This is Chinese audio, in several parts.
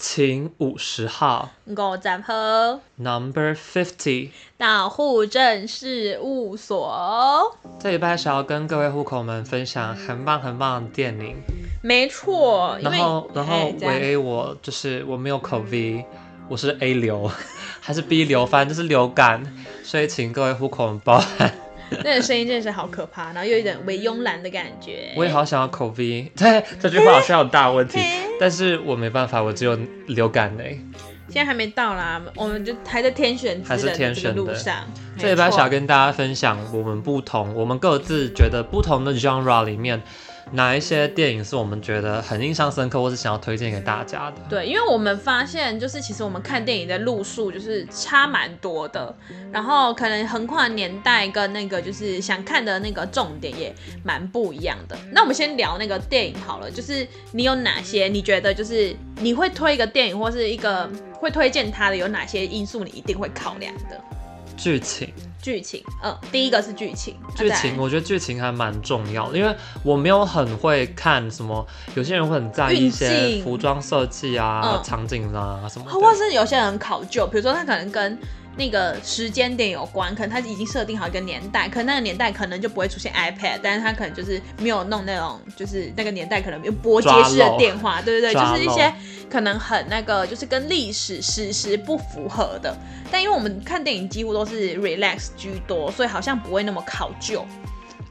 请五十号五十号 Number Fifty。到户政事务所。这礼拜想要跟各位户口们分享很棒很棒的电影，没错，因然为后然后哎这样唯 A 我就是我没有口 V，我是 A 流还是 B 流，反正就是流感，所以请各位户口们包涵。那个声音真的是好可怕，然后又有一点微慵懒的感觉。我也好想要口 V，对 这句话好像有大问题 哎，但是我没办法，我只有流感嘞、现在还没到啦，我们就还在天选之还是人天的这个选的路上。这一没班错想要跟大家分享我们不同，我们各自觉得不同的 genre 里面，哪一些电影是我们觉得很印象深刻，或是想要推荐给大家的。对，因为我们发现，就是其实我们看电影的路数就是差蛮多的，然后可能横跨年代跟那个就是想看的那个重点也蛮不一样的。那我们先聊那个电影好了，就是你有哪些你觉得就是你会推一个电影或是一个会推荐它的有哪些因素你一定会考量的？剧情，剧情，嗯，第一个是剧情，剧那再来情，我觉得剧情还蛮重要的，因为我没有很会看什么，有些人会很在意一运些镜服装设计啊、嗯哦场景啊什么的。或是有些人考究，比如说他可能跟那个时间点有关，可能他已经设定好一个年代，可能那个年代可能就不会出现 iPad，但是他可能就是没有弄那种，就是那个年代可能有拨接式抓的漏电话，对对对，抓就漏是一些可能很那个，就是跟历史史实不符合的。但因为我们看电影几乎都是 relax 居多，所以好像不会那么考究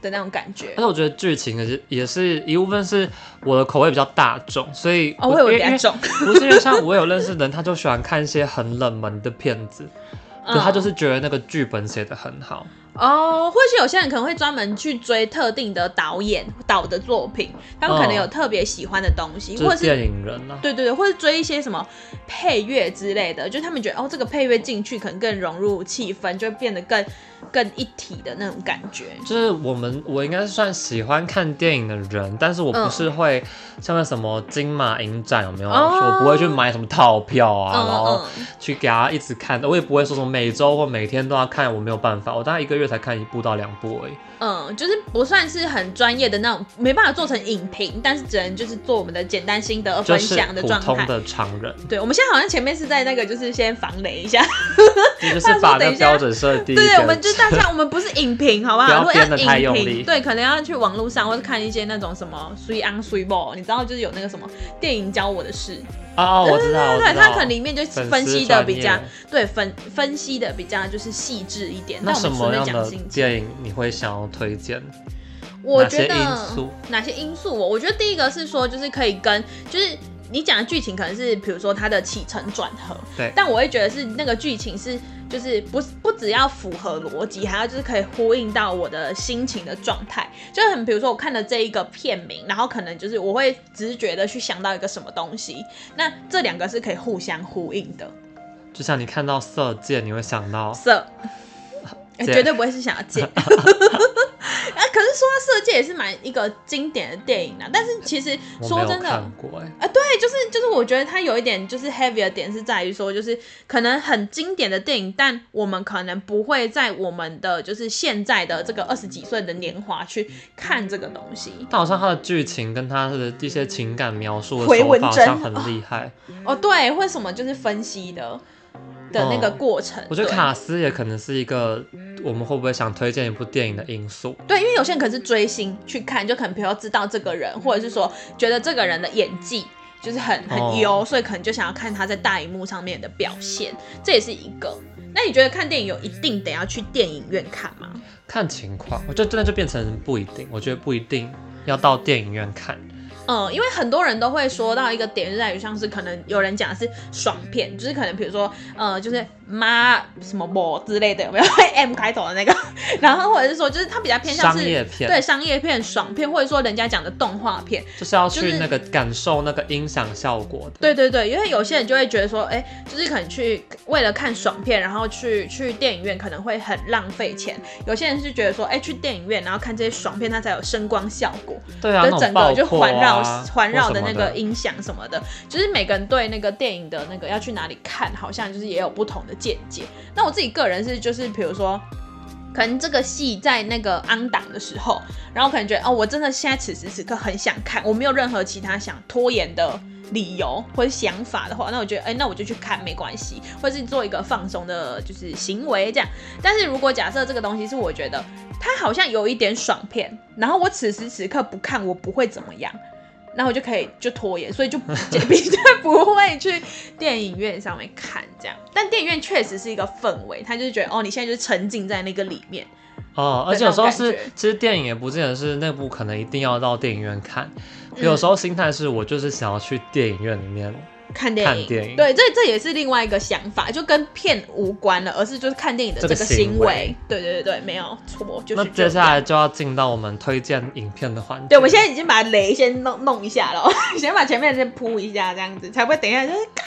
的那种感觉但。是我觉得剧情也是也是一部分是我的口味比较大众，所以哦，我以为比因较为重，不是因为像我有认识的人，他就喜欢看一些很冷门的片子，嗯可他就是觉得那个剧本写的很好，哦，或许有些人可能会专门去追特定的导演导的作品，他们可能有特别喜欢的东西，哦就或者是电是影人啊。对对对，或者追一些什么配乐之类的，就他们觉得哦，这个配乐进去可能更融入气氛，就会变得更更一体的那种感觉。就是我们，我应该是算喜欢看电影的人，但是我不嗯是会像那什么金马影展有没有？哦我不会去买什么套票啊，然后嗯嗯，去给他一直看，我也不会说什么每周或每天都要看，我没有办法，我大概一个月才看一部到两部而已。嗯，就是不算是很专业的那种，没办法做成影评，但是只能就是做我们的简单心得就分是享的普状通态。的常人，对，我们现在好像前面是在那个，就是先防雷一下，也就他是说把那等一个下标准设定一对对，我们个。就大家，我们不是影评，好不好？ 不要如果编得太影用评，力对，可能要去网络上或者看一些那种什么《水昂水报》，你知道，就是有那个什么电影教我的事，哦，我知道，我对，知它道可。能里面就分析的比较，对分分析的比较就是细致一点。那但我什们么纯样粹讲的心情？电影你会想要推荐？我哪觉些得因素哪些因素哦？我觉得第一个是说，就是可以跟就是。你讲的剧情可能是，比如说它的起承转合，对但我会觉得是那个剧情是，就是不不只要符合逻辑，还要就是可以呼应到我的心情的状态。就很比如说我看了这一个片名，然后可能就是我会直觉的去想到一个什么东西，那这两个是可以互相呼应的。就像你看到《色戒》，你会想到色，欸戒绝对不会是想要 戒。啊，可是说到色戒也是蛮一个经典的电影啊，但是其实我没说有真的，看过、哎，啊，对，就是就是，我觉得它有一点就是 heavy 的点是在于说，就是可能很经典的电影，但我们可能不会在我们的就是现在的这个二十几岁的年华去看这个东西。但好像它的剧情跟它的一些情感描述的回手文法好针像很厉 害。哦，对，或什么就是分析的的那个嗯过程。我觉得对卡斯也可能是一个我们会不会想推荐一部电影的因素。对，因为有些人可能是追星去看，就可能比如说知道这个人，或者是说觉得这个人的演技就是很哦很优，所以可能就想要看他在大荧幕上面的表现，这也是一个。那你觉得看电影有一定得要去电影院看吗？看情况，我觉得真的就变成不一定，我觉得不一定要到电影院看。嗯，因为很多人都会说到一个点，就在于像是可能有人讲的是爽片，就是可能比如说呃，就是妈什么我之类的，有没有 M 开头的那个？然后或者是说，就是它比较偏向商是业片对商业片、爽片，或者说人家讲的动画片。就是要就去是那个感受那个音响效果的。对对对，因为有些人就会觉得说，哎、就是可能去为了看爽片，然后去去电影院可能会很浪费钱。有些人是觉得说，哎、去电影院然后看这些爽片，它才有声光效果，对啊，跟那整种个爆就破环啊绕环绕或的什么那个音响什么的。就是每个人对那个电影的那个要去哪里看，好像就是也有不同的见解。那我自己个人是就是比如说。可能这个戏在那个安档的时候，然后可能觉得哦，我真的现在此时此刻很想看，我没有任何其他想拖延的理由或者想法的话，那我觉得，哎、那我就去看没关系，或是做一个放松的，就是行为这样。但是如果假设这个东西是我觉得它好像有一点爽片，然后我此时此刻不看，我不会怎么样。然后我就可以就拖延，所以就就比较不会去电影院上面看这样。但电影院确实是一个氛围，他就是觉得哦，你现在就是沉浸在那个里面。哦，而对且有那时种候感是觉，其实电影也不见得是那部可能一定要到电影院看，嗯有时候心态是我就是想要去电影院里面，看电影，看电影对，这这也是另外一个想法，就跟片无关了，而是就是看电影的这这个个行行为为。对对对对，没有错，就是那这接样下来就要进到我们推荐影片的环节。对，我现在已经把雷先弄弄一下了， 先把前面先铺一下，这样子才不会等一下就是哎看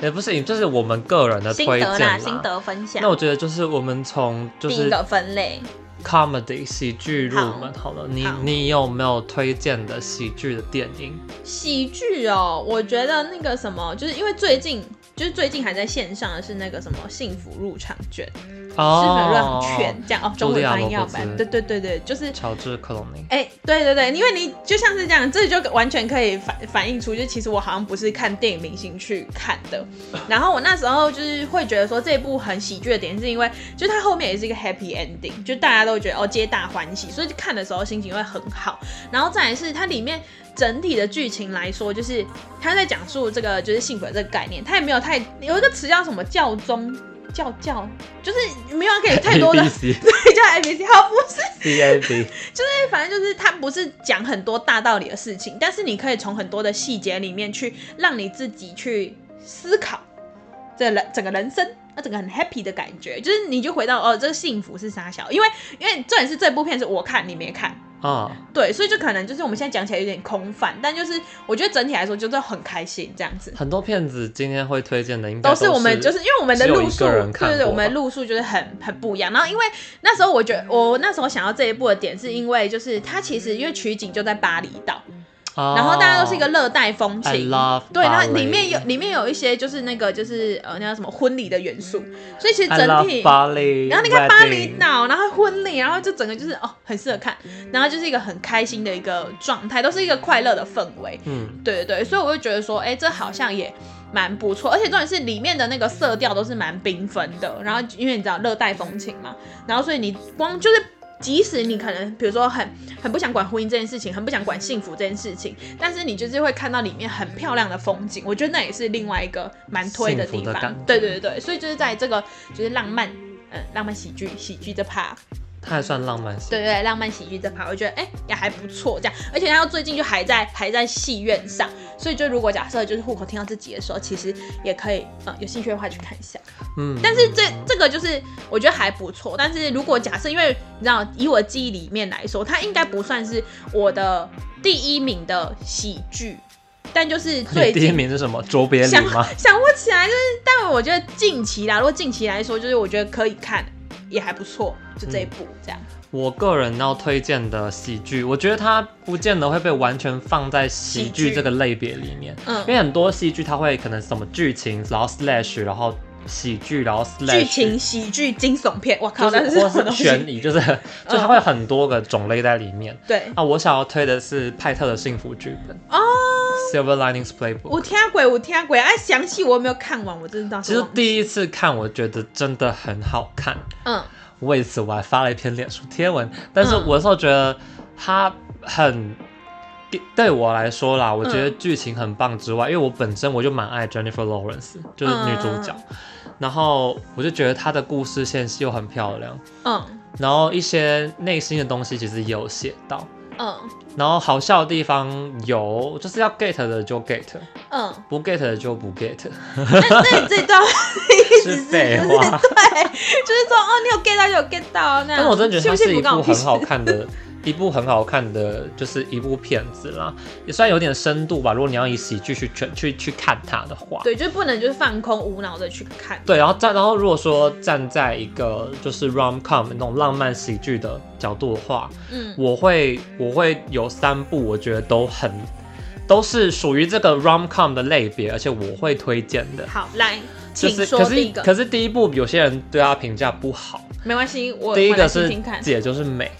也不是影，就是我们个人的心推得荐啦，啦。心得分享那。我觉得就是我们从就第一是个分类， comedy 喜剧入门好了，你好你有没有推荐的喜剧的电影？喜剧哦，我觉得那个什么，就是因为最近就是最近还在线上的是那个什么幸福入场券，幸福入场券这样哦，中茱莉文亚翻译罗要伯兹版，对对对对，就是乔治克隆尼。哎、对对对，因为你就像是这样，这就完全可以反反映出，就其实我好像不是看电影明星去看的。然后我那时候就是会觉得说这部很喜剧的点，是因为就是它后面也是一个 happy ending，就大家都觉得哦皆大欢喜，所以看的时候心情会很好。然后再来是它里面整体的剧情来说，就是他在讲述这个就是幸福的这个概念，他也没有太有一个词叫什么教宗。教教就是没有给 太多的 A，B 对， 叫 A B C，好不是 C A B，反正就是他不是讲很多大道理的事情，但是你可以从很多的细节里面去让你自己去思考这人整个人生。那整个很 happy 的感觉，就是你就回到哦，这个幸福是啥小？因为因为重点是这部片是我看你没看，啊，对，所以就可能就是我们现在讲起来有点空泛，但就是我觉得整体来说就是很开心这样子。很多骗子今天会推荐的应该都是我们，就是因为我们的路只数，有一个人看对对过对，吧我们的路数就是很很不一样。然后因为那时候我觉得，我那时候想要这一部的点，是因为就是它其实因为取景就在巴厘岛，哦然后大家都是一个热带风 I 情。 love，对，然后 Bali 里面有里面有一些就是那个就是呃那叫什么婚礼的元素，所以其实 I 整 love 体， Bali，然后你看巴厘 wedding 岛，然后婚礼，然后就整个就是哦很适合看，然后就是一个很开心的一个状态，都是一个快乐的氛围。嗯，对对对，所以我就觉得说，哎、这好像也蛮不错，而且重点是里面的那个色调都是蛮缤纷的。然后因为你知道热带风情嘛，然后所以你光就是。即使你可能，比如说很很不想管婚姻这件事情，很不想管幸福这件事情，但是你就是会看到里面很漂亮的风景，我觉得那也是另外一个蛮推的幸地福的方感觉。对对对，所以就是在这个就是浪漫，嗯，浪漫喜剧喜剧这 part，它还算浪漫型。对对，浪漫喜剧这盘，我觉得哎、也还不错，这样，而且他最近就还在还在戏院上，所以就如果假设就是户口听到这集的时候，其实也可以，嗯，有兴趣的话去看一下。嗯，但是这这个就是我觉得还不错，但是如果假设，因为你知道以我记忆里面来说，它应该不算是我的第一名的喜剧，但就是你最第一近名是什么？卓别林想吗？想不起来，就是但我觉得近期啦，如果近期来说，就是我觉得可以看，也还不错，就这一部这样。 我个人要推荐的喜剧，我觉得它不见得会被完全放在喜喜剧剧这个类别里面，嗯因为很多戏剧它会可能什么剧情，然后 slash，然后喜剧，然后 slash 剧情、喜剧、惊悚片，我靠，就那是是什么或东是西？嗯悬疑，就是 就它会很多个种类在里面。对，啊，我想要推的是派特的幸福剧本哦 （Silver Linings Playbook）。我听鬼，我听鬼，哎、详细我有没有看完，我真的到其时实候忘记第一次看，我觉得真的很好看。嗯，为此我还发了一篇脸书贴文，但是嗯我那时候觉得它很。对对我来说啦，我觉得剧情很棒之外，因为我本身我就蛮爱 Jennifer Lawrence，就是女主角，然后我就觉得她的故事线又很漂亮，嗯然后一些内心的东西其实也有写到，嗯然后好笑的地方有，就是要 get 的就 get， 嗯，不 get 的就不 get，那那你这段意思是是废就是话。对，就是说哦，你有 get 到就有 get 到那样。但我真的觉得它幸是不一部幸福关我屁很事 好看的，一部很好看的，就是一部片子啦，也算有点深度吧。如果你要以喜剧去去去去看它的话，对，就是不能就是放空无脑的去看。对然后站，然后如果说站在一个就是 rom com 那种浪漫喜剧的角度的话，嗯我会我会有三部，我觉得都很都是属于这个 rom com 的类别，而且我会推荐的。好，来，就请是说可第是一个，可是第一部有些人对他评价不好，没关系，我第一我来个听是听看。姐就是美，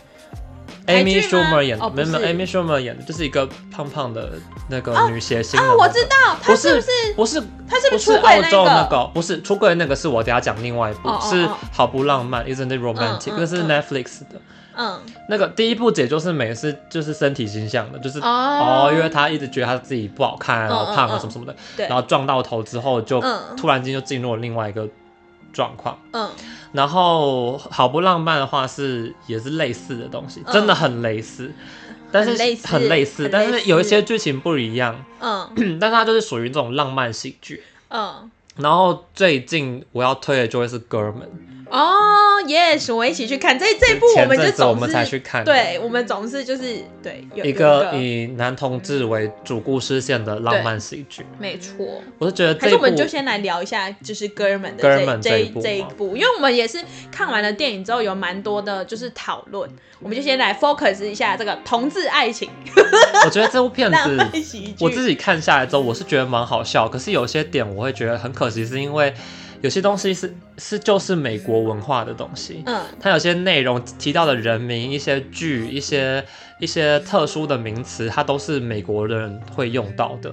Amy 剧吗 Schumer 演的，哦没有不没有是 Amy Schumer 演的，就是一个胖胖的那个女谐星的那哦，个。我知道，他不是是不是？不是他是不不是出轨澳那洲那个？个，不是出轨的那个是我等下讲另外一部哦哦，哦是好不浪漫，Isn't it romantic？嗯嗯那是嗯 Netflix 的。嗯，那个第一部解救是美是就是身体形象的，就是哦哦，因为她一直觉得她自己不好看啊，嗯然后胖嗯啊嗯什么什么的，对，然后撞到头之后就嗯突然间就进入了另外一个状况。嗯然后好不浪漫的话是也是类似的东西，嗯真的很类似，但是很类似很类似，很但类是似有一些剧情不一样， 嗯但是它就是属于这种浪漫喜剧。 嗯，然后最近我要推的就会是哥们，哦，yes，我一起去看这这一部，我前们就阵子总我是们才去看的对，我们总是就是对有一个个以男同志为主故事线的浪漫喜剧。没错，我是觉得嗯还这是一我们就部先来聊一下，就是哥们的哥们这这一一部这一吗部，因为我们也是看完了电影之后有蛮多的，就是讨论，我们就先来 focus 一下这个同志爱情我觉得这部片 浪子漫。喜剧。我自己看下来之后，我是觉得蛮好笑，可是有些点我会觉得很可惜，是因为有些东西是是就是美国文化的东西，嗯它有些内容提到的人名、一些剧、一些一些特殊的名词，它都是美国人会用到的。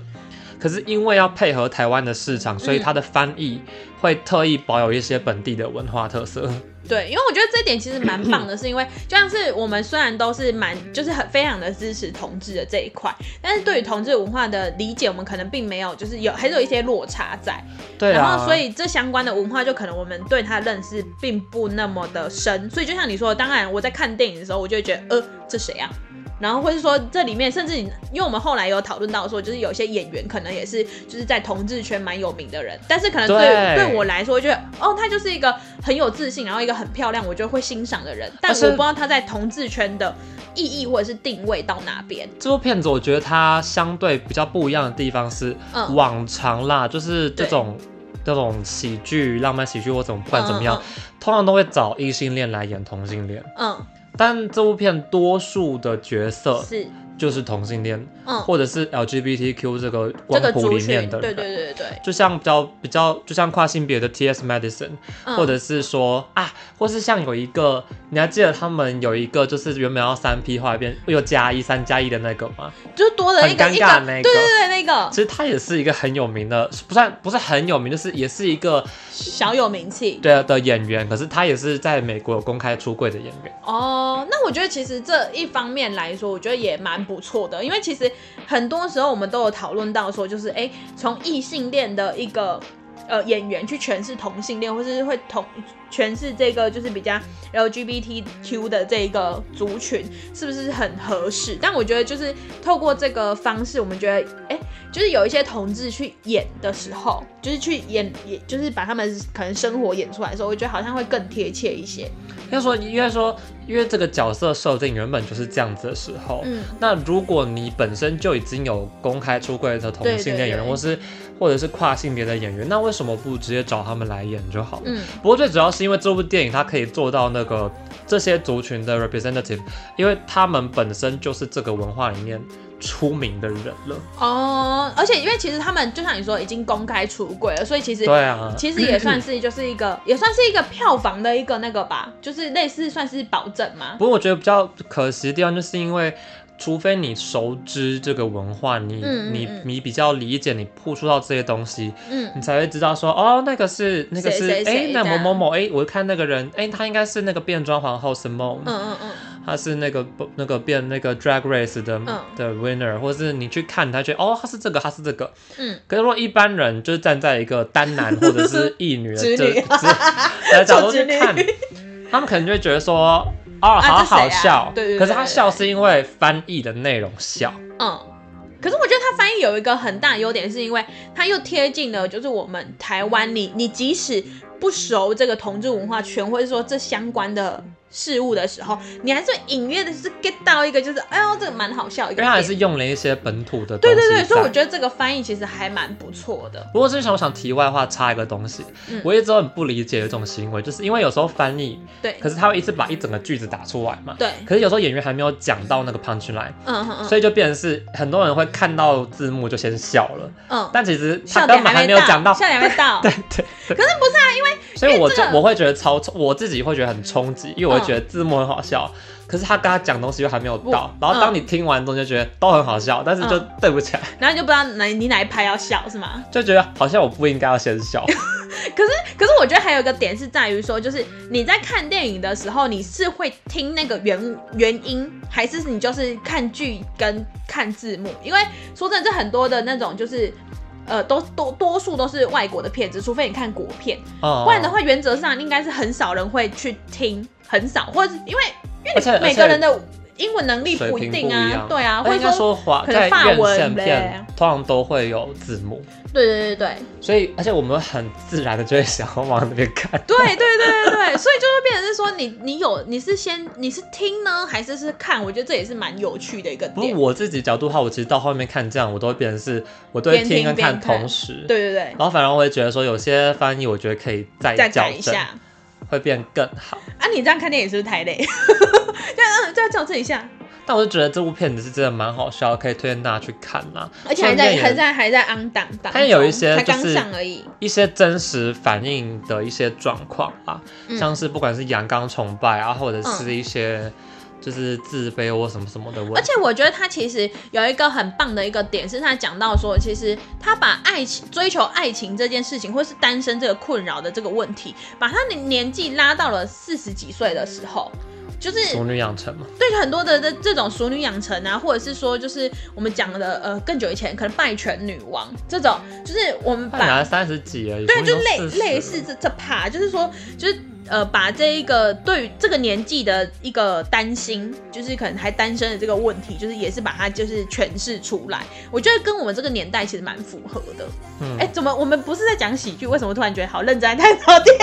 可是因为要配合台湾的市嗯场，所以它的翻译会特意保有一些本地的文化特 色。对，因为我觉得这点其实蛮棒的，是因为就像是我们虽然都是蛮就是很非常的支持同志的这一块，但是对于同志文化的理解，我们可能并没有就是有还是有一些落差在，对啊，然后所以这相关的文化就可能我们对它认识并不那么的深，所以就像你说的，当然我在看电影的时候，我就会觉得呃这谁啊？然后或是说这里面，甚至你因为我们后来有讨论到说，就是有些演员可能也是就是在同志圈蛮有名的人，但是可能对对我来说，我觉得哦，他就是一个很有自信，然后一个很漂亮，我就会欣赏的人，但但我是不知道他在同志圈的意义或者是定位到哪边。这部片子我觉得它相对比较不一样的地方是，嗯往常啦，就是这对种这种喜剧、浪漫喜剧或怎么不管怎么样，嗯通常都会找异性恋来演同性恋，嗯，但这部片多数的角色是，就是同性恋，嗯，或者是 LGBTQ 这个这光个谱族里面群，的对人。对对对对，就像比较比较，就像跨性别的 T.S. Madison，、嗯或者是说啊，或是像有一个，你还记得他们有一个就是原本要三 P，后来变又加一三加一的那个吗？就多了一个很尴尬一的那一个，对个对对，那个其实他也是一个很有名的，不算不是很有名，就是也是一个小有名气。对啊的演员，可是他也是在美国有公开出柜的演员。哦，那我觉得其实这一方面来说，我觉得也蛮不错的，因为其实很多时候我们都有讨论到说，就是哎，从异性恋的一个。呃，演员去诠释同性恋，或是会同诠释这个就是比较 LGBTQ 的这一个族群，是不是很合适？但我觉得就是透过这个方式，我们觉得，哎、就是有一些同志去演的时候，就是去演，也就是把他们可能生活演出来的时候，我觉得好像会更贴切一些。应该说，应该说，因为这个角色设定原本就是这样子的时候，嗯，那如果你本身就已经有公开出柜的同性恋演员，对对对或是或者是跨性别的演员，那为什么不直接找他们来演就好了？嗯，不过最主要是因为这部电影它可以做到那个这些族群的 representative，因为他们本身就是这个文化里面出名的人了。哦，而且因为其实他们就像你说，已经公开出柜了，所以其实对啊，其实也算是就是一个 也算是一个票房的一个那个吧，就是类似算是保证嘛。不过我觉得比较可惜的地方，就是因为除非你熟知这个文化，你嗯嗯你嗯你比较理解，你接触到这些东西，嗯，你才会知道说，哦，那个是那个是，谁谁谁哎，那这某样某某，哎，我看那个人，哎，他应该是那个变装皇后 Simone，、嗯嗯嗯，他是那个那个变那个 Drag Race 的、嗯的 winner，或是你去看他觉得，哦，他是这个，他是这个。嗯，可是如果一般人就是站在一个单男或者是异女的 直这女这来角度臭直去女看， 他们可能就会觉得说。哦，啊好这谁啊好笑，对对对可是他对对笑是因为翻译的内容笑，嗯，可是我觉得它翻译有一个很大的优点，是因为它又贴近了，就是我们台湾，你你即使不熟这个同志文化圈，或者说这相关的事物的时候，你还是会隐约的就是 get 到一个，就是哎呦，这个蛮好笑的一因个为他还点。是用了一些本土的东对西在。对对，所以我觉得这个翻译其实还蛮不错的。不过这场我想题外话插一个东西，嗯我一直都很不理解有一种行为，就是因为有时候翻译，对可是他会一次把一整个句子打出来嘛，对，可是有时候演员还没有讲到那个 punch line，、嗯嗯所以就变成是很多人会看到字幕就先笑了，嗯，但其实他笑根点本还没有讲到，笑 点还没到。对对对。可是不是啊，因为所以我就我会觉得超，我自己会觉得很冲击，因为我会觉得字幕很好笑，嗯可是他跟他讲东西又还没有到，然后当你听完之后就觉得都很好笑，但是嗯就对不起来，然后你就不知道哪你哪一拍要笑是吗？就觉得好像我不应该要先 笑。可是我觉得还有一个点是在于说，就是你在看电影的时候，你是会听那个原原音，还是你就是看剧跟看字幕？因为说真的，这很多的那种就是。呃，都多多数都是外国的片子，除非你看国片，哦不然的话，原则上应该是很少人会去听，很少，或者是因为因而且为每个人的英文能力水不一平定一啊样，，对啊，而且会应该说华可能在法院文线片嘞通常都会有字幕，对对对对所以而且我们很自然的就会想要往那边 看。对对对对对，所以就会变成是说你你有你是先你是听呢，还是是看？我觉得这也是蛮有趣的一个不是点。我自己角度的话，我其实到后面看这啊样，我都会变成是我都会边听听跟边看看同时。对对对，然后反而我会觉得说，有些翻译我觉得可以再再矫改一正，下会变更好。啊！你这样看电影是不是太累？ 再再矫正一下，但我就觉得这部片子是真的蛮好笑，可以推荐大家去看啊啦。而且顺还便在也还在还在 on 档档中，它有一些才就刚是上而已。一些真实反映的一些状况啦，嗯像是不管是阳刚崇拜啊，或者是一些就是自卑或什么什么的问题。而且我觉得他其实有一个很棒的一个点，是他讲到说，其实他把爱情、追求爱情这件事情，或是单身这个困扰的这个问题，把他的年纪拉到了四十几岁的时候，就是熟女养成嘛，对很多的这这种熟女养成啊，或者是说就是我们讲的呃更久以前可能拜权女王这种，就是我们他把才三十几而已，对，就类类类似这这趴，就是说，就是呃，把这一个对于这个年纪的一个担心，就是可能还单身的这个问题，就是也是把它就是诠释出来。我觉得跟我们这个年代其实蛮符合的。嗯哎、怎么我们不是在讲喜剧，为什么突然觉得好认真在探讨电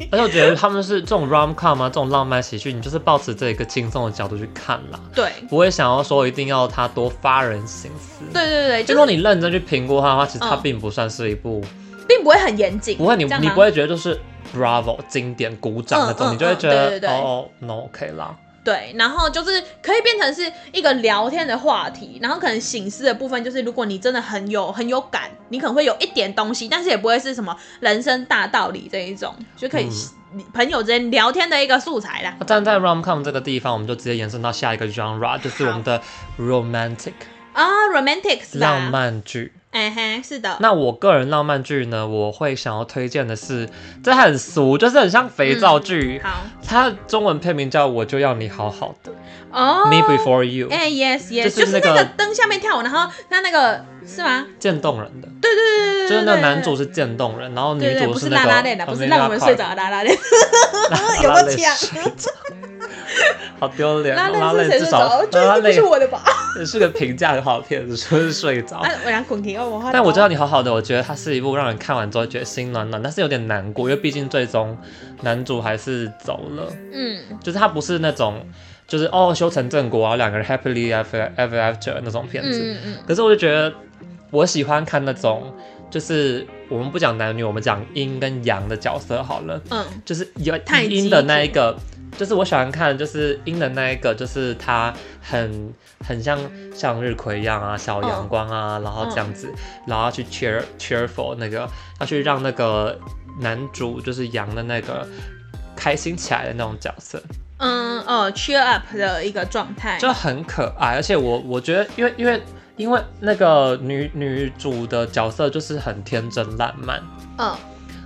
影？ 而且我觉得他们是这种 rom com 啊，这种浪漫喜剧，你就是抱持这一个轻松的角度去看啦，对，不会想要说一定要它多发人深思。对对对，就就如果是你认真去评估它的话，其实它嗯并不算是一部，并不会很严谨，不会你这样你吗不会觉得就是 bravo 经典鼓掌那种，嗯嗯你就会嗯觉得对对对哦哦 no OK 啦。对，然后就是可以变成是一个聊天的话题，然后可能醒思的部分就是，如果你真的很有很有感，你可能会有一点东西，但是也不会是什么人生大道理这一种，就可以嗯朋友之间聊天的一个素材啦。那站在 rom com 这个地方，我们就直接延伸到下一个 genre，就是我们的 romantic 啊，romantic 是吧？浪，漫剧。哎嘿，是的。那我个人浪漫剧呢，我会想要推荐的是，这很俗，就是很像肥皂剧。嗯好它中文片名叫《我就要你好好的》哦 m e Before You，哎，yes yes，就是就是那个那个灯下面跳舞，然后他那个是吗？渐冻人的，对对对对对，就是那对个男。主对是渐冻人，然后女对对，主不是那拉个拉链的，不是让我们睡着的拉拉链， Amelia Clarke，有没有拉累抢睡着好丢脸，哦拉拉链累至是谁睡少着？这不是我的吧？也是个评价很好的片子，说是 睡着啊。，我俩滚题哦，我但我知道。道你好好的，我觉得它是一部让人看完之后觉得心暖暖，但是有点难过，因为毕竟最终男主还是走了，嗯，就是他不是那种就是哦修成正果，然后两个人 happily ever ever after 那种片子。嗯嗯可是我就觉得我喜欢看那种，就是我们不讲男女，我们讲阴跟阳的角色好了，嗯就是有太阴极的那一致个，就是我喜欢看，就是阴的那一个，就是他很很像向日葵一样啊，小阳光啊，然后这样嗯子，然后去 cheer cheerful 那个，要去让那个男主就是阳的那个。开心起来的那种角色嗯哦，cheer up 的一个状态，就很可爱，而且我我觉得因，为因为因为那个女女主的角色就是很天真烂漫，嗯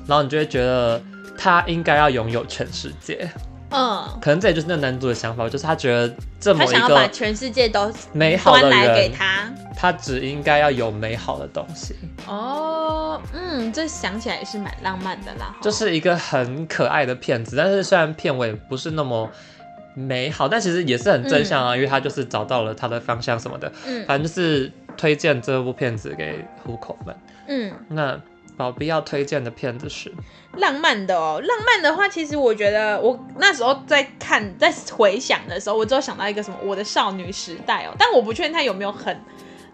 然后你就会觉得她应该要拥有全世界。嗯，可能这也就是那男主的想法，就是他觉得这么他一想要把个全世界都美好端的来给人，他。他只应该要有美好的东西，哦，嗯，这想起来也是蛮浪漫的啦，就吼是一个很可爱的片子。但是虽然片尾不是那么美好，但其实也是很正向啊，因为他就是找到了他的方向什么的。嗯反正就是推荐这部片子给虎口们。嗯，那宝碧要推荐的片子是，浪漫的哦。浪漫的话，其实我觉得我那时候在看在回想的时候，我只有想到一个什么《我的少女时代》哦，但我不确定它有没有很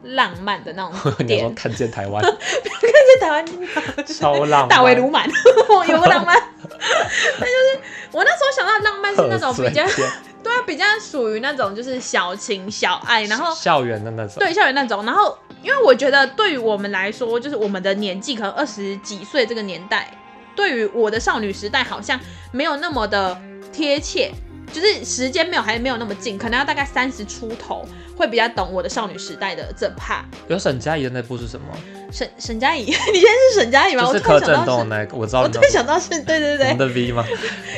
浪漫的那 种 你要点说。看见台 湾在台湾听到超浪漫，大为鲁 莽，有个浪漫。那就是我那时候想到的浪漫是那种贺岁比较，片对啊，比较属于那种就是小情小 爱，然后校园的那种，对校园那种，然后因为我觉得对于我们来说，就是我们的年纪可能二十几岁这个年代，对于我的少女时代好像没有那么的贴切。就是时间没有还没有那么近，可能要大概三十出头会比较懂我的少女时代的这怕。有沈佳宜的那部是什么？沈沈佳宜，你 现在是沈佳宜吗？就是我柯突然震想到东的沈，那个，我知道我你突知然道想到是，对对我对们，哦的 V 吗？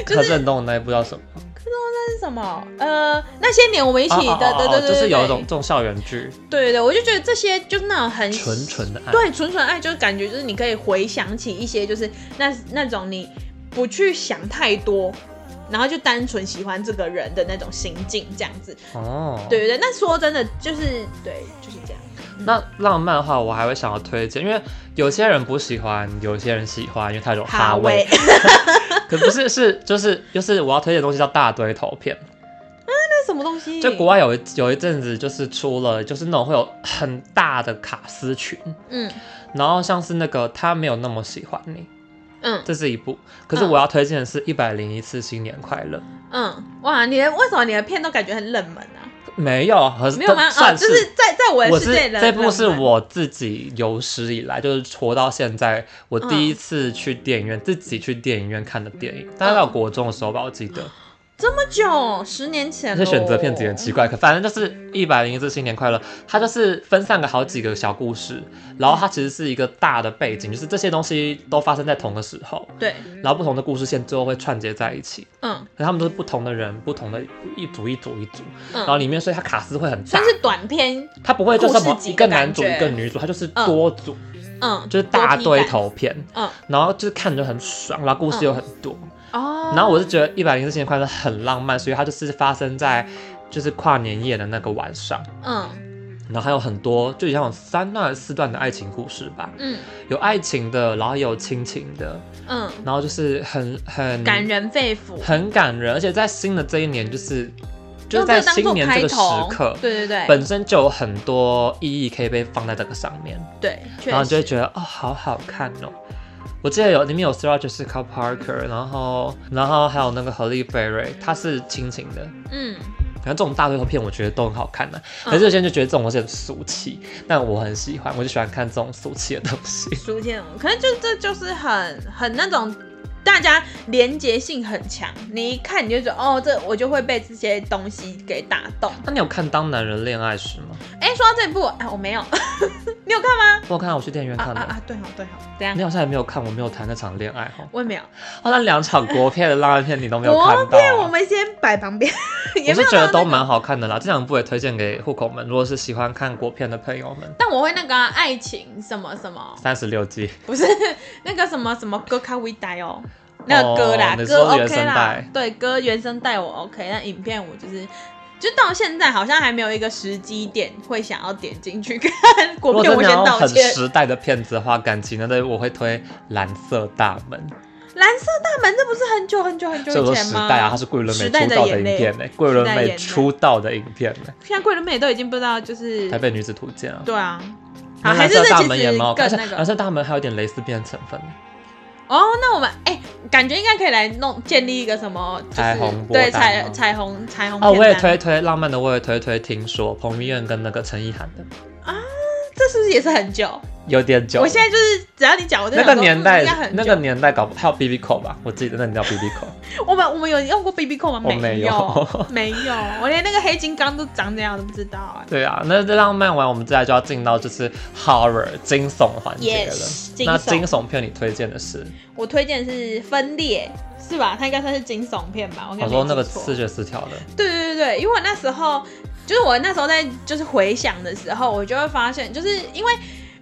柯震东的那一部叫什么？那是什么？呃，那些年我们一起哦的，哦对哦对哦对，就是对有一对种这种校园剧，对对对，我就觉得这些就是那种很纯纯的爱。对纯纯爱，就是感觉就是你可以回想起一些就是那那种你不去想太多，然后就单纯喜欢这个人的那种心境，这样子。哦，对对对，那说真的就是对，就是这样。那浪漫的话，我还会想要推荐，因为有些人不喜欢，有些人喜欢，因为它有种哦哈 味。，可不是是就是就是我要推荐的东西叫大堆头片，那什么东西？就国外有一有一阵子就是出了就是那种会有很大的卡斯群，嗯然后像是那个他没有那么喜欢你，嗯这是一部。可是嗯我要推荐的是《一百零一次新年快乐》，嗯，哇，你的为什么你的片都感觉很冷门啊？没有，可是没有吗？哦，算就是在在我我的世是界冷这部是冷门我自己有史以来就是活到现在，我第一次去电影院、自己去电影院看的电影，大概嗯到国中的时候吧，我记得。这么久，十年前那咯，些选择片子也很奇怪，可反正就是一百零一次新年快乐，它就是分散个好几个小故事，然后它其实是一个大的背景，就是这些东西都发生在同个时候，对，然后不同的故事线最后会串接在一起，嗯可他们都是不同的人，不同的一组一组一组，然后嗯，里面所以它卡斯会很大算，是短片，它不会就故这事么集一的个感男主觉一个女主，它就是嗯多组。嗯，就是大堆头片，多批改，然后就是看着很爽，然后故事有很多。嗯，哦，然后我是觉得《一百零四新年快乐》很浪漫，所以它就是发生在就是跨年夜的那个晚上，嗯然后还有很多，就像有三段还是四段的爱情故事吧，嗯有爱情的，然后也有亲情的，嗯，然后就是很很感，人肺腑，很感人，而且在新的这一年，就是就是用这在个当新做年开这个时头，刻。对对对，本身就有很多意义可以被放在这个上面，对，确然后你就会实，觉得哦，好好看哦。我记得有里面有 Sarah Jessica Parker，然后然后还有那个何丽贝瑞，她是亲情的。嗯，反正这种大对头片，我觉得都很好看的、啊嗯可是有些人就觉得这种东西很俗气，但我很喜欢，我就喜欢看这种俗气的东西。 苏建荣，可能就这就是很很那种。大家连结性很强，你一看你就觉得哦，这我就会被这些东西给打动。那你有看《当男人恋爱时》吗？哎、说到这部，哎、我没有，你有看吗？我有看，我去电影院啊看的。啊啊！对好对好，怎样你？好像也没有看，我没有谈那场恋爱哦。我也没有。哦，那两场国片的浪漫片你都没有看国到、片我啊。们先摆旁边，也我没是有啊觉到得都那个蛮好看的啦，这两部也推荐给户口们，如果是喜欢看国片的朋友们。但我会那个啊、爱情什么什么，三十六计。不是那个什么什么歌咖微带哦，那个歌啦，你歌说原 OK 声啦带，对，歌原声带我 OK，但影片我就是。就到现在好像还没有一个时机点会想要点进去看如国果片，真我的先要道很歉。时代的片子的话，感情的对我会推《蓝色大门蓝色大门这不是很久很久很》，这久以个前时吗？代啊，它是桂纶镁时代出的道的眼影泪片呢、欸桂纶时代的眼镁泪出道的影片呢、现在桂纶镁都已经不知道就是台北女子图鉴》啊。对啊，那啊还蓝是色这大其门也实蛮好看，而更且那个蓝色大门还有点蕾丝边的成分，哦，那我们哎、感觉应该可以来弄建立一个什么、就是、彩虹波对蛋彩吗彩虹彩虹哦，片我也单推推浪漫的，我也推推。听说彭于晏跟那个陈意涵的这是不是也是很久？有点久了，我现在就是只要你讲，我就那想个说年嗯代应该很那久。个年代搞不还有 B B 扣吧，我记得那你叫 B B 扣，我们我们有用过 BB 扣吗？我没没有 没有，我连那个黑金刚都长怎样我都不知道哎、 对啊，那这浪漫完，我们接下来就要进到就是 horror 惊悚环节了。 Yes，惊那悚惊悚片你推荐的是？我推荐的是分裂，是吧？它应该算是惊悚片吧？我我感说那个视是，觉失调的，对对对对，因为我那时候就是我那时候在就是回想的时候，我就会发现，就是因为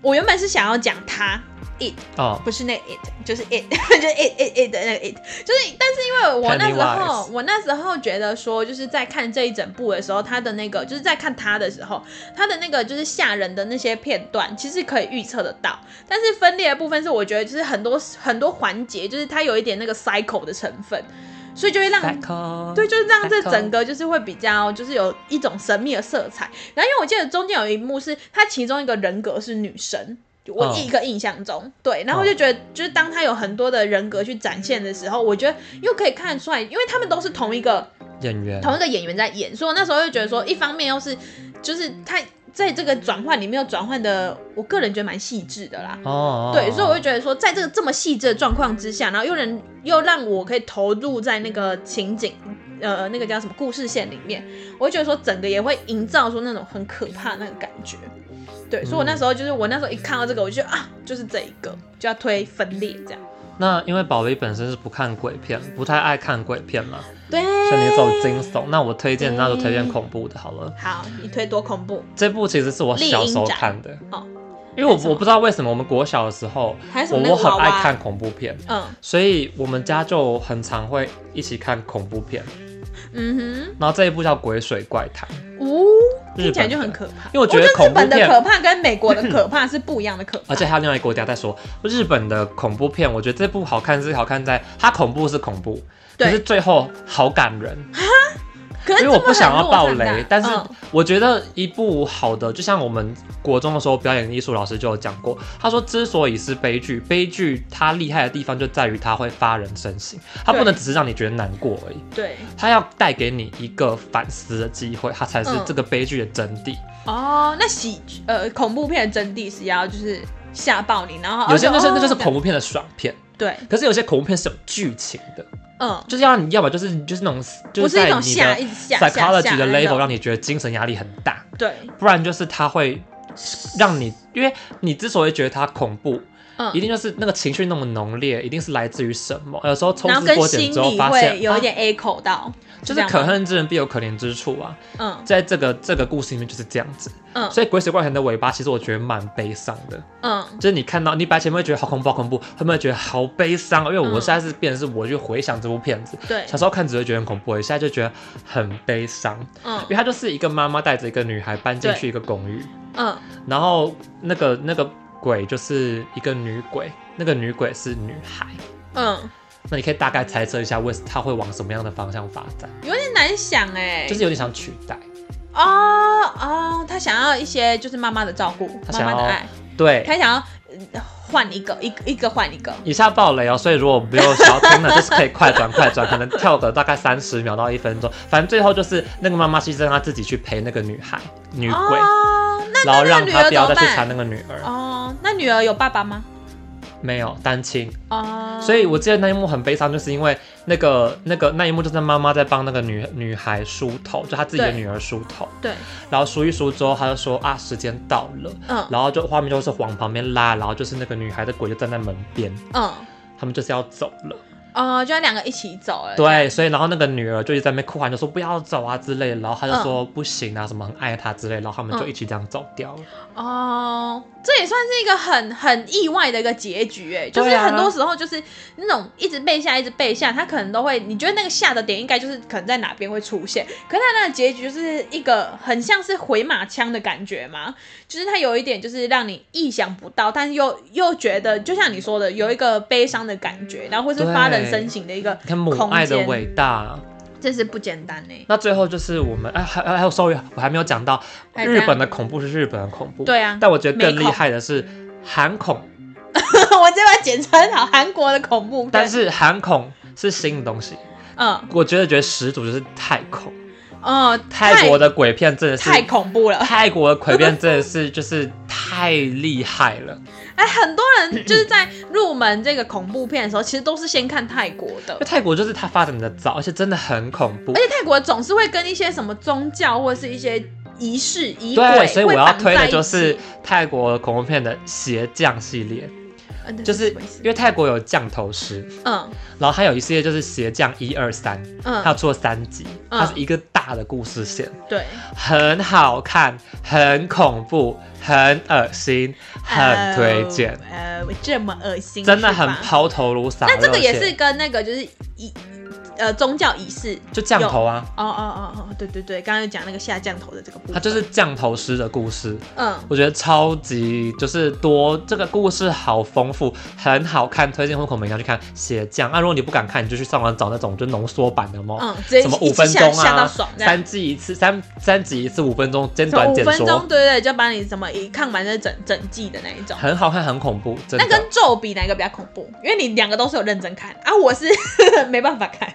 我原本是想要讲它 it，哦，不是那 it，就是 it，就是 it it it 的那个 it，就是，但是因为我那时候 Pennywise 我那时候觉得说，就是在看这一整部的时候，他的那个就是在看他的时候，他的那个就是吓人的那些片段，其实可以预测得到。但是分裂的部分是，我觉得就是很多很多环节，就是它有一点那个 cycle 的成分，所以就会让太空，对，就是让这 Echo 整个就是会比较就是有一种神秘的色彩。然后因为我记得中间有一幕是她其中一个人格是女生。就我嗯一个印象中，对，然后我就觉得，就是当她有很多的人格去展现的时候，我觉得又可以看得出来，因为他们都是同一个演员，同一个演员在演，所以我那时候就觉得说，一方面又是就是他在这个转换里面又转换的，我个人觉得蛮细致的啦，哦，对，所以我就就觉得说，在这个这么细致的状况之下，然后又能又让我可以投入在那个情景呃那个叫什么故事线里面，我会觉得说整个也会营造出那种很可怕那个感觉。对，所以我那时候就是我那时候一看到这个，我就觉得啊，就是这一个就要推分裂这样。那因为宝莉本身是不看鬼片，不太爱看鬼片嘛，对，所以你走惊悚。那我推嗯荐，那就推荐恐怖的好了。 好，你推多恐怖这部其实是我小时候丽婴宅看的，哦，因为我还有什么我不知道为什么我们国小的时候，还有什我么那我个很娃爱娃？看恐怖片，嗯所以我们家就很常会一起看恐怖片。嗯然后这一部叫《鬼水怪谈》，哼，呜、听起来就很可怕。因为我觉得日恐怖哦本的片可怕跟美 国的可怕是不一样的可怕。而且还有另外一个，我等一下再说。日本的恐怖片，我觉得这部好看是好看在它恐怖是恐怖，可对是最后好感人。可 是因为我这不么想要很弱爆看的啊雷，但是嗯我觉得一部好的，就像我们国中的时候表演艺术老师就有讲过，他说之所以是悲剧，悲剧它厉害的地方就在于它会发人深省，它不能只是让你觉得难过而已，对它要带给你一个反思的机会，它才是嗯这个悲剧的真谛。哦，那喜剧呃恐怖片的真谛是要就是吓爆你，然后有些就是那就是恐恐怖片的爽片，对，可是有些恐怖片是有剧情的，嗯，就是要让你要么就是就是那种就不是是一在种你的吓一直吓吓吓 psychology 的那 level 种让你觉得精神压力很大。对，不然就是它会让你，因为你之所以觉得它恐怖，嗯一，定就是那个情绪那么浓烈，一定是来自于什么？有时候抽然丝后跟剥心茧之后理发会现，有一啊点 A 口到，就是这样可吗恨之人必有可怜之处啊，嗯在这个这个故事里面就是这样子。嗯所以《鬼水怪谈》的尾巴其实我觉得蛮悲伤的，嗯就是你看到你白前面会觉得好恐怖，好恐怖，后面会觉得好悲伤，因为我嗯现在是变成是我去回想这部片子。对，小时候看只会觉得很恐怖，现在就觉得很悲伤，嗯因为它就是一个妈妈带着一个女孩搬进去一个公寓，嗯然后那个那个鬼就是一个女鬼，那个女鬼是女孩。嗯，那你可以大概猜测一下，为她会往什么样的方向发展？有点难想哎，就是有点想取代，哦哦，他想要一些就是妈妈的照顾，他妈想妈的要爱，对。他想要呃换一个，一个一个换一个，以下爆雷哦，所以如果没有想要听的，就是可以快转快转，可能跳个大概三十秒到一分钟，反正最后就是那个妈妈牺牲她自己去陪那个女孩女鬼，哦，那然后那让那个女她儿不怎要再么去缠那办？个女儿，哦，那女儿有爸爸吗？没有单亲，哦，所以我记得那一幕很悲伤，就是因为那个那个那一幕就是妈妈在帮那个女女孩梳头，就她自己的对女儿梳头，哦对，然后梳一梳之后，她就说啊时间到了，嗯然后就画面就是往旁边拉，然后就是那个女孩的鬼就站在门边，嗯。他们就是要走了，哦，就要两个一起走了。对，啊所以然后那个女儿就一直在那边哭喊，就说不要走啊之类的，然后她就说不行啊，什么很爱她之类的，然后他们就嗯一起这样走掉了，哦，这也算是一个很很意外的一个结局哎，就是对啊很多时候就是那种一直被吓，一直被吓，他可能都会，你觉得那个吓的点应该就是可能在哪边会出现，可是他那个结局就是一个很像是回马枪的感觉嘛，就是他有一点就是让你意想不到，但是又又觉得就像你说的有一个悲伤的感觉，然后或是发人深省的一个你嗯看母空爱的间伟大。真是不简单哎。那最后就是我们 哎，还还还有，sorry，我还没有讲到还有日这样本的恐怖是日本的恐怖，对啊但我觉得更美厉恐害的是韩恐， 我这把简称好韩国的恐怖片，但是韩恐是新的东西，嗯我觉得觉得始祖就是泰恐，哦，泰国的鬼片真的是太呃恐怖了。泰国的鬼片真的是 就是太厉害了，哎，很多人就是在入门这个恐怖片的时候，其实都是先看泰国的因为，泰国就是它发展的早，而且真的很恐怖而。且泰国总是会跟一些什么宗教或者是一些仪式、仪对，轨，所以我要推的的就是泰国恐怖片的鞋匠系列，呃就是因为泰国有降头师，嗯然后还有一系列就是鞋匠一二三，它有嗯，出了三集，嗯它是一个大的故事线，对，很好看，很恐怖，很恶心，很推荐，呃，呃这么恶心，真的是吧很抛头颅洒热那血。这个也是跟那个就是仪呃宗教仪式，就降头啊，哦哦哦哦，对对对，刚刚有讲那个下降头的这个部分，它就是降头师的故事，嗯我觉得超级就是多，这个故事好丰富，很好看，推荐户口们一定要去看《鞋匠》啊。如果你不敢看，你就去上网找那种就浓缩版的嘛。嗯，直接哦什么一五一分下钟下到啊爽，这样。三季一次，三三集一次，五分钟简什么短五解分说钟，，对对，就把你什么一看完的整整季的那一种。很好看，很恐怖， 真的。那跟咒比哪一个比较恐怖？因为你两个都是有认真看啊，我是 没办法看。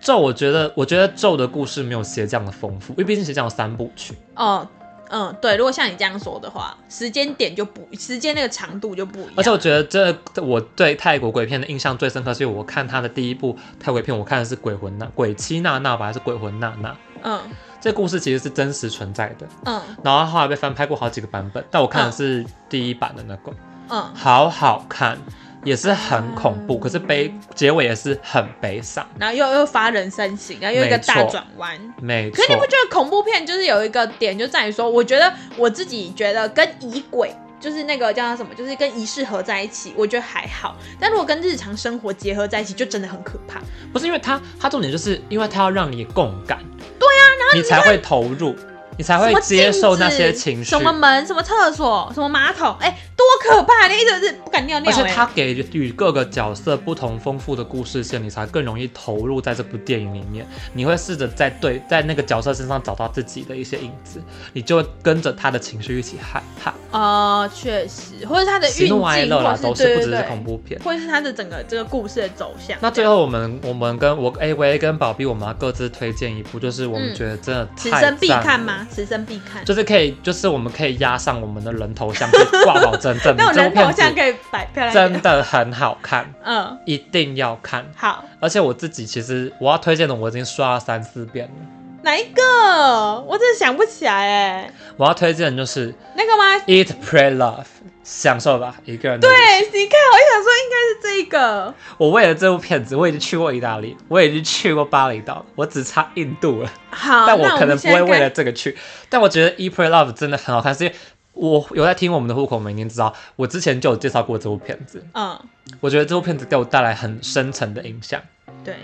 咒，我觉得，我觉得咒的故事没有鞋匠的丰富，因为毕竟鞋匠有三部曲，哦，嗯，对，如果像你这样说的话，时间点就不，时间那个长度就不一样。而且我觉得这我对泰国鬼片的印象最深刻，是因为我看他的第一部泰国片，我看的是《鬼魂娜》《鬼妻娜娜》吧，还是《鬼魂娜娜》？嗯这故事其实是真实存在的，嗯然后后来被翻拍过好几个版本，但我看的是第一版的那个，嗯，好好看，也是很恐怖，嗯可是悲结尾也是很悲伤，然后又又发人深省，然后又一个大没错转弯。没可错是你。不觉得恐怖片就是有一个点就在于说，我觉得我自己觉得跟仪轨就是那个叫它什么，就是跟仪式合在一起，我觉得还好。但如果跟日常生活结合在一起，就真的很可怕。不是因为它，它重点就是因为它要让你共感，对呀、然后你才会投入，你才会什么接受镜子那些情绪什，么门、什么厕所、什么马桶，哎、多可怕！你一直是不敢尿尿、而且哎它给予各个角色不同丰富的故事线，你才更容易投入在这部电影里面。你会试着在对在那个角色身上找到自己的一些影子，你就会跟着他的情绪一起害怕，呃，确实，或者它的运喜镜，怒哀乐或啦，是都是不对啊对只啊是对，恐怖片。或者是它的整个这个故事的走向。那最后我们我们跟我 A 维跟宝碧，我们要各自推荐一部，就是我们嗯觉得真的此太生必赞看了吗？此生必看。就是可以，就是我们可以压上我们的人头像去挂保证， 证明那我这人部头片像子可以摆漂亮一真点。的很好看，嗯，一定要看。好，而且我自己其实我要推荐的，我已经刷了三四遍了。哪一个？我真的想不起来哎。我要推荐的就是《那个吗？ Eat, Pray, Love》，享受吧，一个人的旅行。对，你看，我想说应该是这个。我为了这部片子，我已经去过意大利，我已经去过巴厘岛，我只差印度了。好，但那我可能们不现在会为看了这个去。但我觉得《E Pray Love》真的很好看，是因为我有在听我们的户口们已经知道，我之前就有介绍过这部片子。嗯，我觉得这部片子给我带来很深层的影响。对，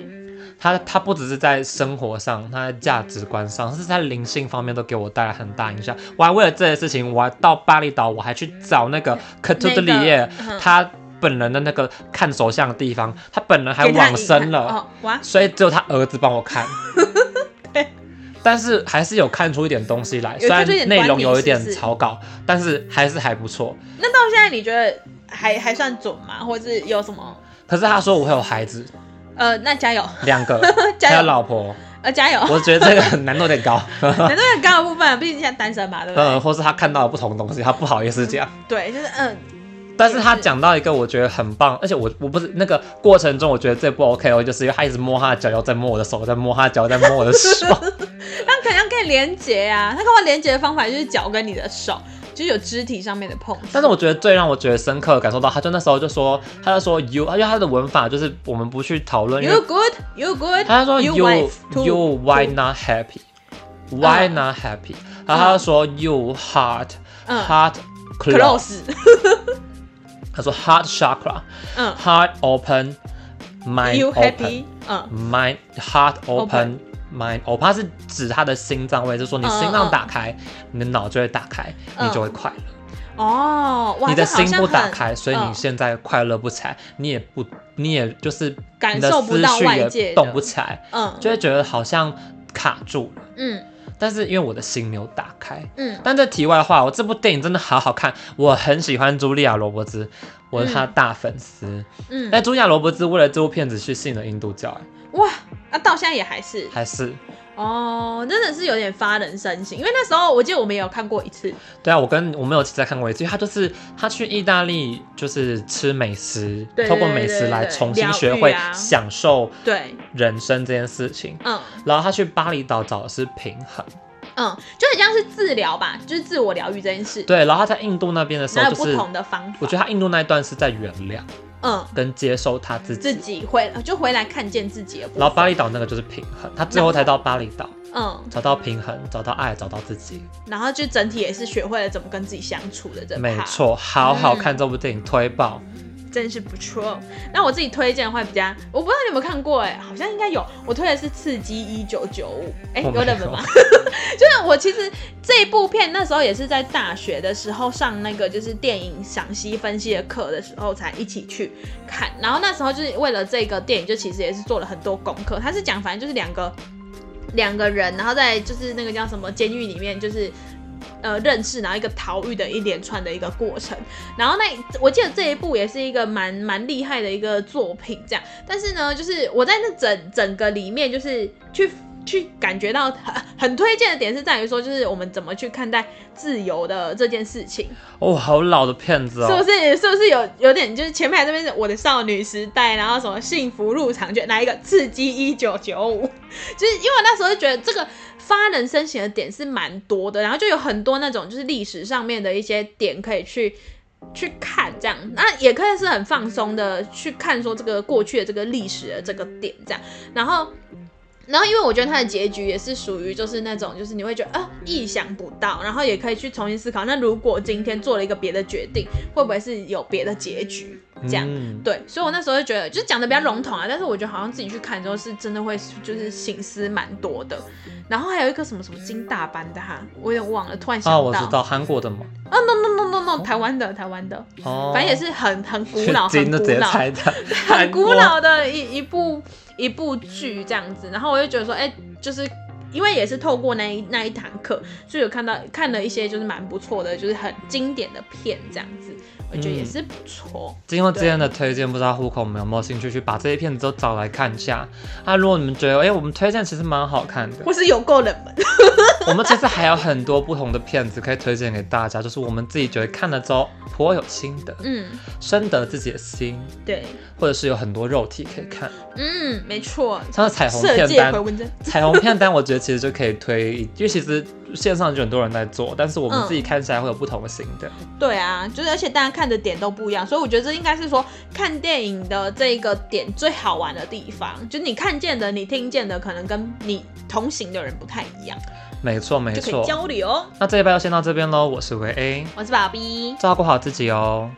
它它不只是在生活上，它在价值观上，是在灵性方面都给我带来很大影响。我还为了这件事情，我还到巴厘岛，我还去找那个克图德里耶嗯那个嗯，他本人的那个看手相的地方，他本人还给他往生了。一看哦，哇， 所以只有他儿子帮我 看。对，但是还是有看出一点东西来，虽有看然出一点端倪内容有一点是不是草稿，但是还是还不错。那到现在你觉得还还算准吗？或是有什么？可是他说我会有孩子，呃，那加油， 两个，加油还有老婆，呃，加 油。我觉得这个难度有点高。反正很高的部分，毕竟现在单身嘛，对不对？呃，或是他看到了不同的东西，他不好意思讲。对，就是嗯， 但是他讲到一个我觉得很棒，而且我我不是那个过程中，我觉得这不 OK 哦，就是因为他一直摸他的脚，又在摸我的手，在摸他的脚，在摸我的 手。那可能可以连接啊。他跟我连接的方法就是脚跟你的手，就是有肢体上面的碰触。但是我觉得最让我觉得深刻的感受到，他就那时候就说，他就说 you，因为他的文法就是我们不去讨论，因为 You good, you good. 他就说 you you wife too- you why too- not happy, why 嗯 not happy，然后他就说 you heart 嗯 heart close， close，他说 heart chakra 嗯 heart open mind ，you open happy，嗯 mind heart Open open mind open，他是指他的心脏位，就是说你嗯心嗯脏打开，你的脑就会打开，你嗯就会快乐。哦，哇，你的这好心像不打很开，所以你嗯现在快乐不起来，你也不，你也就是感你的受不思到绪外也界的动不起来，嗯就会觉得好像卡住了。嗯但是因为我的心没有打开。嗯但这题外话，我这部电影真的好好看，我很喜欢茱莉亚·罗伯兹，我是她的大粉丝。嗯，但茱莉亚·罗伯兹为了这部片子去信了印度教，哎哇，那到现在也还是还是哦，真的是有点发人深省，因为那时候我记得我们也有看过一次，对啊，我跟我们有一起在看过一次，因为他就是他去意大利就是吃美食，对对透过美对食对来对重新疗学愈会啊享受对，人生这件事情。嗯然后他去巴厘岛找的是平衡，嗯，就很像是治疗吧，就是自我疗愈这件事，对。然后他在印度那边的时哪候，有就不是同的方法？我觉得他印度那一段是在原谅嗯，跟接受他自自己，己回就回来看见自己的部分然后巴厘岛那个就是平衡，他最后才到巴厘岛嗯，找到平衡，找到爱，找到自己，然后就整体也是学会了怎么跟自己相处的这没 part 错，好好看这部电影推爆，真是不错。那我自己推荐的话比较，我不知道你有没有看过、哎，好像应该有。我推的是《刺激一九九五》，哎，我没有有 冷门吗？ 就是我其实这一部片那时候也是在大学的时候上那个就是电影赏析分析的课的时候才一起去看，然后那时候就是为了这个电影，就其实也是做了很多功课。它是讲反正就是两个两个人，然后在就是那个叫什么监狱里面，就是呃认识，然后一个逃狱的一连串的一个过程。然后那我记得这一部也是一个蛮蛮厉害的一个作品，这样。但是呢，就是我在那整整个里面，就是去去感觉到很很推荐的点是在于说，就是我们怎么去看待自由的这件事情，哦，好老的片子是不哦，是？是不是有有点就是前面这边是我的少女时代，然后什么幸福入场券，来一个刺激一九九五， 就是因为我那时候就觉得这个发人深省的点是蛮多的，然后就有很多那种就是历史上面的一些点可以去。去看这样，那也可以是很放松的去看说这个过去的这个历史的这个点这样，然后然后，因为我觉得它的结局也是属于就是那种，就是你会觉得啊意想不到，然后也可以去重新思考。那如果今天做了一个别的决定，会不会是有别的结局？这样、嗯对，所以我那时候就觉得，就是讲的比较笼统啊，但是我觉得好像自己去看之后是真的会就是醒思蛮多的。然后还有一个什么什么金大班的哈，我有点忘了，突然想啊，到。我知道韩国的嘛，啊，no no no no no，台湾的台湾的，哦，反正也是很很 古去老，很金的古直接 老。猜的，很韩古国，老的一一部一部剧这样子，然后我就觉得说，哎、就是因为也是透过那一那一堂课，所以有看到看了一些就是蛮不错的，就是很经典的片这样子，我觉得也是不错。经过今天的推荐，不知道户口们有没有兴趣去把这些片子都找来看一下啊？如果你们觉得，哎、我们推荐其实蛮好看的，或是有够冷门，我们其实还有很多不同的片子可以推荐给大家，就是我们自己觉得看了之后颇有心得，嗯，深得自己的心，对，或者是有很多肉体可以看，嗯，没错，像是彩虹色片 戒回单，文针，彩虹片单我觉得其实就可以推，因为其实线上就很多人在做，但是我们嗯自己看起来会有不同的心得。对啊，就是而且大家看的点都不一样，所以我觉得这应该是说看电影的这个点最好玩的地方，就是你看见的、你听见的，可能跟你同行的人不太一样，没错，没就可以错。交流。那这一拜就先到这边喽，我是维 A，我是爸比，照顾好自己哦。